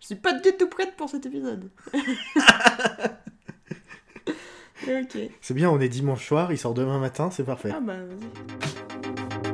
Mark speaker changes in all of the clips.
Speaker 1: Je suis pas du tout prête pour cet épisode. ok.
Speaker 2: C'est bien, on est dimanche soir, il sort demain matin, c'est parfait.
Speaker 1: Ah bah vas-y.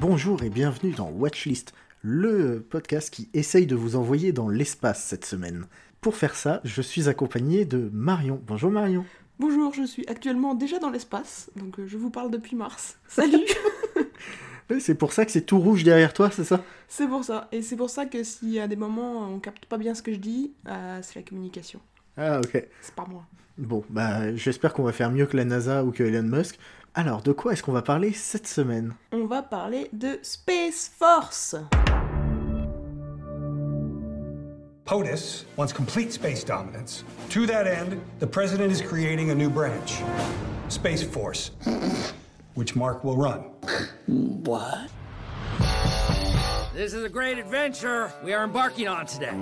Speaker 2: Bonjour et bienvenue dans Watchlist, le podcast qui essaye de vous envoyer dans l'espace cette semaine. Pour faire ça, je suis accompagné de Marion. Bonjour Marion.
Speaker 1: Bonjour, je suis actuellement déjà dans l'espace, donc euh, je vous parle depuis mars. Salut
Speaker 2: Oui, C'est pour ça que c'est tout rouge derrière toi, c'est ça
Speaker 1: C'est pour ça. Et c'est pour ça que si à des moments on capte pas bien ce que je dis, euh, c'est la communication.
Speaker 2: Ah ok.
Speaker 1: C'est pas moi.
Speaker 2: Bon, bah j'espère qu'on va faire mieux que la NASA ou que Elon Musk. Alors, de quoi est-ce qu'on va parler cette semaine
Speaker 1: On va parler de Space Force.
Speaker 3: POTUS wants complete space dominance. To that end, the president is creating a new branch Space Force, which Mark will run.
Speaker 4: This is a great adventure we are embarking on today.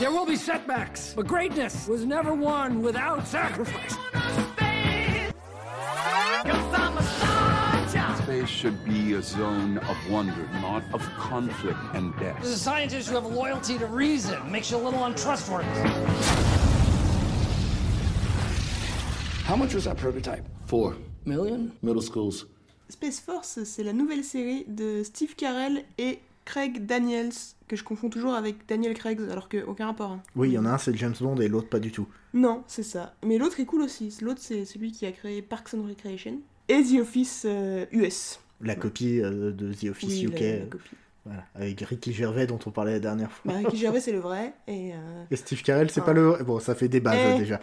Speaker 4: There will be setbacks, but greatness was never won without sacrifice.
Speaker 5: Space should be a zone of wonder, not of conflict and death.
Speaker 4: As a scientist, you have loyalty to reason, makes you a little untrustworthy.
Speaker 6: How much was that prototype? Four million? Middle schools.
Speaker 1: Space Force, c'est la nouvelle série de Steve Carell et Craig Daniels, que je confonds toujours avec Daniel Craig, alors que aucun rapport. hein.
Speaker 2: Oui, il y en a un, c'est James Bond et l'autre pas du tout.
Speaker 1: Non, c'est ça. Mais l'autre est cool aussi. L'autre, c'est celui qui a créé Parks and Recreation et The Office euh, US.
Speaker 2: La copie euh, de The Office
Speaker 1: Oui, la-
Speaker 2: UK,
Speaker 1: la
Speaker 2: euh,
Speaker 1: copie.
Speaker 2: voilà, avec Ricky Gervais dont on parlait la dernière fois.
Speaker 1: Bah, Ricky Gervais, c'est le vrai. Et, euh,
Speaker 2: Et Steve Carell, c'est pas le... Bon, ça fait des bases
Speaker 1: Eh.
Speaker 2: déjà.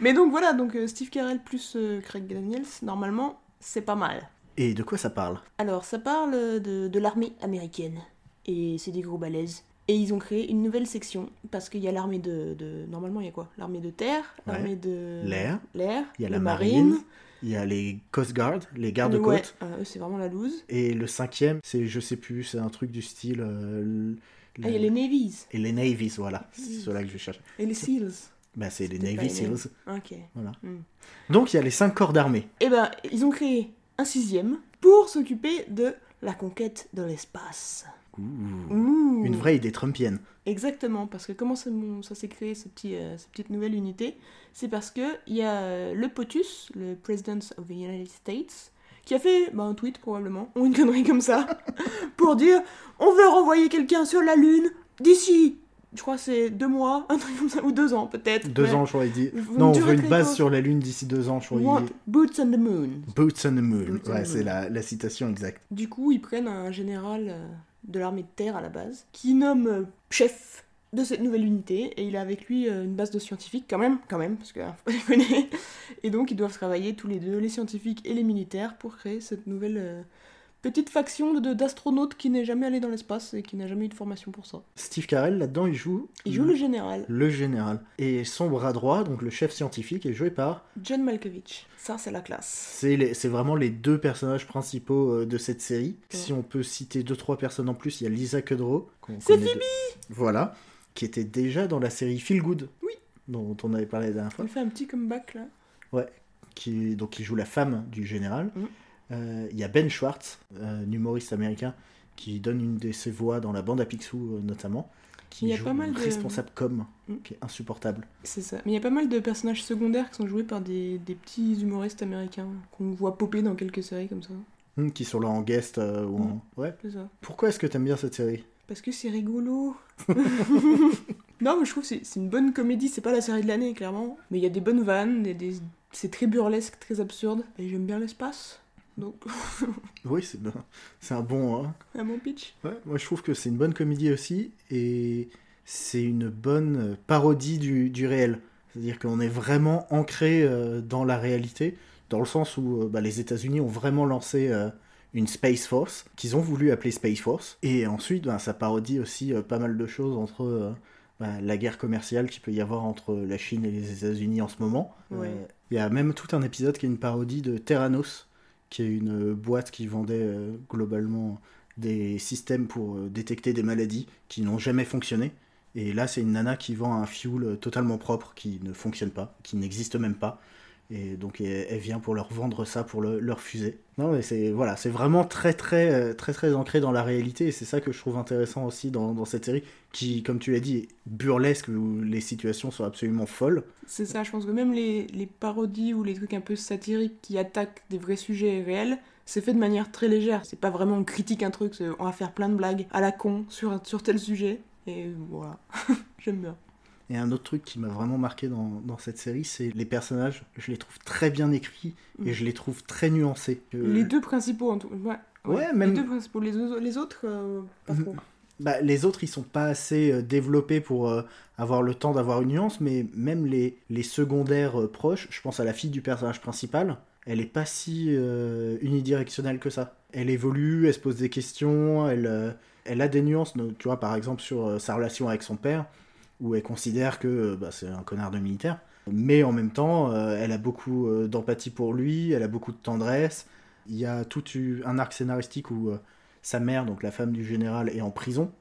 Speaker 1: Mais donc voilà, donc euh, Steve Carell plus euh, Craig Daniels, normalement, c'est pas mal.
Speaker 2: Et de quoi ça parle
Speaker 1: Alors, ça parle de, de l'armée américaine. Et c'est des gros balaises. Et ils ont créé une nouvelle section. Parce qu'il y a l'armée de, de- Normalement, il y a quoi L'armée de terre,
Speaker 2: Ouais.
Speaker 1: l'armée de.
Speaker 2: L'air.
Speaker 1: L'air.
Speaker 2: Il y a
Speaker 1: le
Speaker 2: la marine, il y a les Coast Guard, les gardes
Speaker 1: Ouais,
Speaker 2: côtes.
Speaker 1: euh, eux, c'est vraiment la loose.
Speaker 2: Et le cinquième, c'est, je sais plus, c'est un truc du style. euh, l-
Speaker 1: Ah, il y a les navies.
Speaker 2: Et les Navies, voilà. C'est cela que je cherche.
Speaker 1: Et les seals.
Speaker 2: Bah, c'est les
Speaker 1: peut-être
Speaker 2: Navy
Speaker 1: pas les
Speaker 2: Seals.
Speaker 1: Ok.
Speaker 2: Voilà.
Speaker 1: Mm.
Speaker 2: Donc, il y a les cinq corps d'armée.
Speaker 1: Eh ben, ils ont créé un sixième pour s'occuper de la conquête de l'espace. Ouh.
Speaker 2: Une vraie idée trumpienne.
Speaker 1: Exactement, parce que comment ça, mon- ça s'est créé, ce petit, euh, cette petite nouvelle unité C'est parce que il y a euh, le POTUS, le President of the United States, qui a fait bah, un tweet probablement, ou une connerie comme ça, pour dire on veut renvoyer quelqu'un sur la Lune d'ici, je crois que c'est deux mois, un truc comme ça, ou deux ans peut-être.
Speaker 2: Deux
Speaker 1: mais-
Speaker 2: ans, je crois, il dit.
Speaker 1: Vous
Speaker 2: non,
Speaker 1: me
Speaker 2: on
Speaker 1: direz
Speaker 2: veut une
Speaker 1: quelque
Speaker 2: base
Speaker 1: chose.
Speaker 2: sur la Lune d'ici deux ans, je crois.
Speaker 1: We
Speaker 2: il
Speaker 1: want
Speaker 2: dit.
Speaker 1: boots on the moon.
Speaker 2: Boots on the Moon.
Speaker 1: Boots on
Speaker 2: ouais,
Speaker 1: the
Speaker 2: c'est
Speaker 1: moon.
Speaker 2: la, la citation exacte.
Speaker 1: Du coup, ils prennent un général euh, de l'armée de terre à la base, qui nomme euh, chef de cette nouvelle unité, et il a avec lui euh, une base de scientifiques quand même, quand même, parce que hein, faut pas déconner. Et donc, ils doivent travailler tous les deux, les scientifiques et les militaires, pour créer cette nouvelle euh, petite faction de- de- d'astronautes qui n'est jamais allée dans l'espace et qui n'a jamais eu de formation pour ça.
Speaker 2: Steve Carell, là-dedans, il joue.
Speaker 1: Il joue le général
Speaker 2: le général. Et son bras droit, donc le chef scientifique, est joué par.
Speaker 1: John Malkovich. Ça, c'est la classe.
Speaker 2: C'est les- c'est vraiment les deux personnages principaux euh, de cette série. Si on peut citer deux, trois personnes en plus, il y a Lisa Kudrow. qu'on
Speaker 1: C'est
Speaker 2: connaît de- Voilà, qui était déjà dans la série Feel Good.
Speaker 1: Oui.
Speaker 2: Dont on avait parlé la dernière fois.
Speaker 1: Il fait un petit comeback là.
Speaker 2: Ouais, qui, donc qui joue la femme du général.
Speaker 1: Mhm.
Speaker 2: Euh, Il y a Ben Schwartz, euh, un humoriste américain, qui donne une de ses voix dans la bande à Picsou euh, notamment, qui
Speaker 1: Il y a
Speaker 2: joue
Speaker 1: pas mal
Speaker 2: le
Speaker 1: de-
Speaker 2: responsable com,
Speaker 1: Mhm.
Speaker 2: qui est insupportable.
Speaker 1: C'est ça. Mais il y a pas mal de personnages secondaires qui sont joués par des, des petits humoristes américains qu'on voit popper dans quelques séries comme ça.
Speaker 2: Hum, qui sont là en guest. euh, ou
Speaker 1: Mhm.
Speaker 2: en- Ouais.
Speaker 1: C'est ça.
Speaker 2: Pourquoi est-ce que t'aimes bien cette série
Speaker 1: Parce que c'est rigolo. non, mais je trouve que c'est- c'est une bonne comédie. C'est pas la série de l'année, clairement. Mais il y a des bonnes vannes. des- des- C'est très burlesque, très absurde. Et j'aime bien l'espace. Donc,
Speaker 2: Oui, c'est bien. C'est un bon. hein.
Speaker 1: à mon pitch.
Speaker 2: Ouais, moi je trouve que c'est une bonne comédie aussi et c'est une bonne euh, parodie du, du réel. C'est-à-dire qu'on est vraiment ancré euh, dans la réalité, dans le sens où euh, bah, les États-Unis ont vraiment lancé euh, une Space Force, qu'ils ont voulu appeler Space Force. Et ensuite, bah, ça parodie aussi euh, pas mal de choses entre euh, bah, la guerre commerciale qu'il peut y avoir entre la Chine et les États-Unis en ce moment. Euh, Il
Speaker 1: Ouais.
Speaker 2: y a même tout un épisode qui est une parodie de Terranos, qui est une euh, boîte qui vendait euh, globalement des systèmes pour euh, détecter des maladies qui n'ont jamais fonctionné Et là, c'est une nana qui vend un fuel euh, totalement propre, qui ne fonctionne pas, qui n'existe même pas. Et donc, elle, elle vient pour leur vendre ça, pour le- leur fusée. Non, mais c'est voilà, c'est vraiment très, très, euh, très, très ancré dans la réalité. Et c'est ça que je trouve intéressant aussi dans, dans cette série, qui, comme tu l'as dit, est burlesque, où les situations sont absolument folles.
Speaker 1: C'est ça, je pense que même les, les parodies ou les trucs un peu satiriques qui attaquent des vrais sujets réels, c'est fait de manière très légère. C'est pas vraiment on critique un truc, c'est on va faire plein de blagues à la con sur, un- sur tel sujet. Et voilà, j'aime bien.
Speaker 2: Et un autre truc qui m'a vraiment marqué dans, dans cette série, c'est les personnages. Je les trouve très bien écrits et je les trouve très nuancés. Euh,
Speaker 1: Mm. Les deux principaux en tout ouais.
Speaker 2: Ouais, même-
Speaker 1: Les deux principaux, les, autres- les autres, euh, pas trop.
Speaker 2: bah, les autres, ils sont pas assez euh, développés pour euh, avoir le temps d'avoir une nuance, mais même les, les secondaires euh, proches, je pense à la fille du personnage principal, elle est pas si euh, unidirectionnelle que ça. Elle évolue, elle se pose des questions, elle, euh, elle a des nuances, Donc, tu vois, par exemple sur euh, sa relation avec son père, où elle considère que euh, bah, c'est un connard de militaire, mais en même temps, euh, elle a beaucoup euh, d'empathie pour lui, elle a beaucoup de tendresse. Il y a tout eu- un arc scénaristique où euh, sa mère, donc la femme du général, est en prison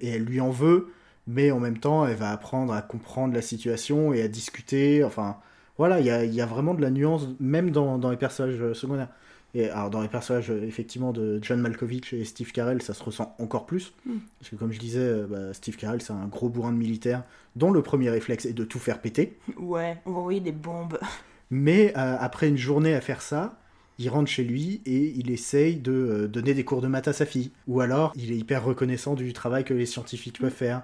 Speaker 2: et elle lui en veut, mais en même temps, elle va apprendre à comprendre la situation et à discuter. Enfin, voilà, il y a, il y a vraiment de la nuance, même dans, dans les personnages euh, secondaires. Et alors, dans les personnages, euh, effectivement, de John Malkovich et Steve Carell, ça se ressent encore plus. Parce que, comme je disais, euh, bah, Steve Carell, c'est un gros bourrin de militaire dont le premier réflexe est de tout faire péter.
Speaker 1: Ouais, on va envoyer des bombes.
Speaker 2: Mais euh, après une journée à faire ça, il rentre chez lui et il essaye de euh, donner des cours de maths à sa fille. Ou alors, il est hyper reconnaissant du travail que les scientifiques peuvent faire.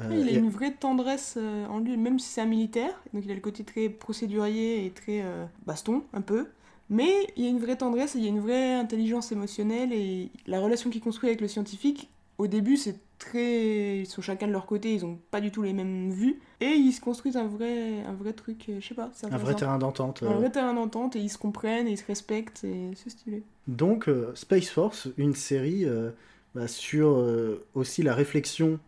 Speaker 2: Euh,
Speaker 1: il a
Speaker 2: et-
Speaker 1: une vraie tendresse euh, en lui, même si c'est un militaire, donc il a le côté très procédurier et très euh, baston, un peu. Mais il y a une vraie tendresse, et il y a une vraie intelligence émotionnelle et la relation qu'il construit avec le scientifique, au début, c'est très. Ils sont chacun de leur côté, ils ont pas du tout les mêmes vues. Et ils se construisent un vrai, un vrai truc, euh, je sais pas, c'est
Speaker 2: Un vrai
Speaker 1: intéressant.
Speaker 2: terrain d'entente. euh.
Speaker 1: Un vrai terrain d'entente et ils se comprennent et ils se respectent et c'est stylé.
Speaker 2: Donc, euh, Space Force, une série euh, bah, sur euh, aussi la réflexion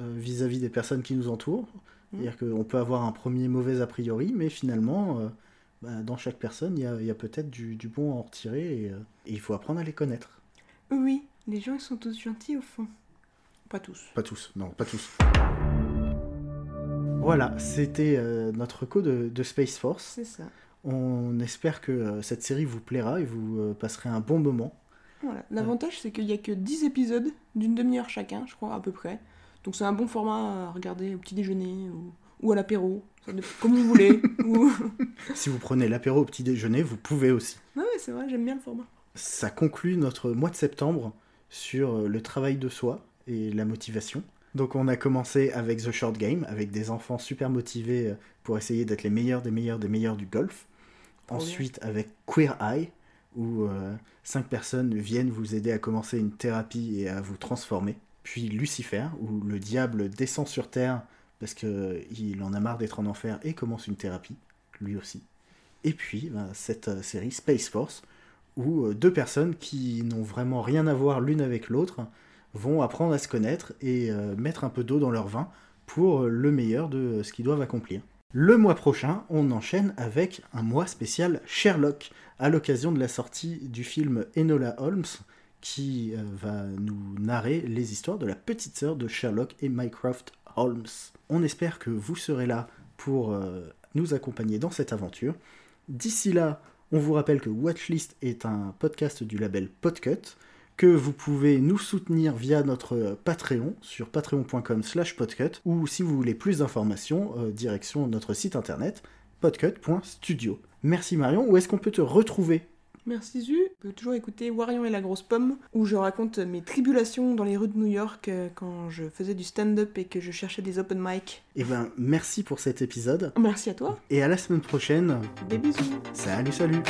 Speaker 2: euh, vis-à-vis des personnes qui nous entourent.
Speaker 1: Mmh.
Speaker 2: C'est-à-dire qu'on peut avoir un premier mauvais a priori, mais finalement, euh, bah, dans chaque personne, il y a, il y a peut-être du, du bon à en retirer et, euh, et il faut apprendre à les connaître.
Speaker 1: Oui, les gens ils sont tous gentils au fond. Pas tous.
Speaker 2: Pas tous, non, pas tous. Voilà, c'était euh, notre co de, de Space Force.
Speaker 1: C'est ça.
Speaker 2: On espère que euh, cette série vous plaira et vous euh, passerez un bon moment.
Speaker 1: Voilà. L'avantage, c'est qu'il n'y a que 10 épisodes d'une demi-heure chacun, je crois, à peu près. Donc c'est un bon format à regarder au petit déjeuner ou, ou à l'apéro, ça dé- comme vous voulez. ou...
Speaker 2: Si vous prenez l'apéro au petit déjeuner, vous pouvez aussi.
Speaker 1: Non, mais c'est vrai, j'aime bien le format.
Speaker 2: Ça conclut notre mois de septembre sur euh, le travail de soi et la motivation. Donc on a commencé avec The Short Game, avec des enfants super motivés euh, pour essayer d'être les meilleurs des meilleurs des meilleurs du golf.
Speaker 1: bien.
Speaker 2: Ensuite avec Queer Eye, où euh, cinq personnes viennent vous aider à commencer une thérapie et à vous transformer. Puis Lucifer, où le diable descend sur Terre parce qu'il en a marre d'être en enfer et commence une thérapie, lui aussi. Et puis ben, cette euh, série Space Force, où euh, deux personnes qui n'ont vraiment rien à voir l'une avec l'autre vont apprendre à se connaître et euh, mettre un peu d'eau dans leur vin pour euh, le meilleur de euh, ce qu'ils doivent accomplir. Le mois prochain, on enchaîne avec un mois spécial Sherlock, à l'occasion de la sortie du film Enola Holmes, qui euh, va nous narrer les histoires de la petite sœur de Sherlock et Mycroft Holmes. On espère que vous serez là pour euh, nous accompagner dans cette aventure. D'ici là, on vous rappelle que Watchlist est un podcast du label Podcut, que vous pouvez nous soutenir via notre euh, Patreon sur patreon.com slash podcut, ou si vous voulez plus d'informations, euh, direction notre site internet podcut.studio. Merci Marion, où est-ce qu'on peut te retrouver
Speaker 1: Merci Zu. Vous pouvez toujours écouter Warion et la grosse pomme, où je raconte mes tribulations dans les rues de New York euh, quand je faisais du stand-up et que je cherchais des open mic.
Speaker 2: Eh ben, merci pour cet épisode,
Speaker 1: Merci à toi.
Speaker 2: et à la semaine prochaine.
Speaker 1: Des bisous.
Speaker 2: Salut, salut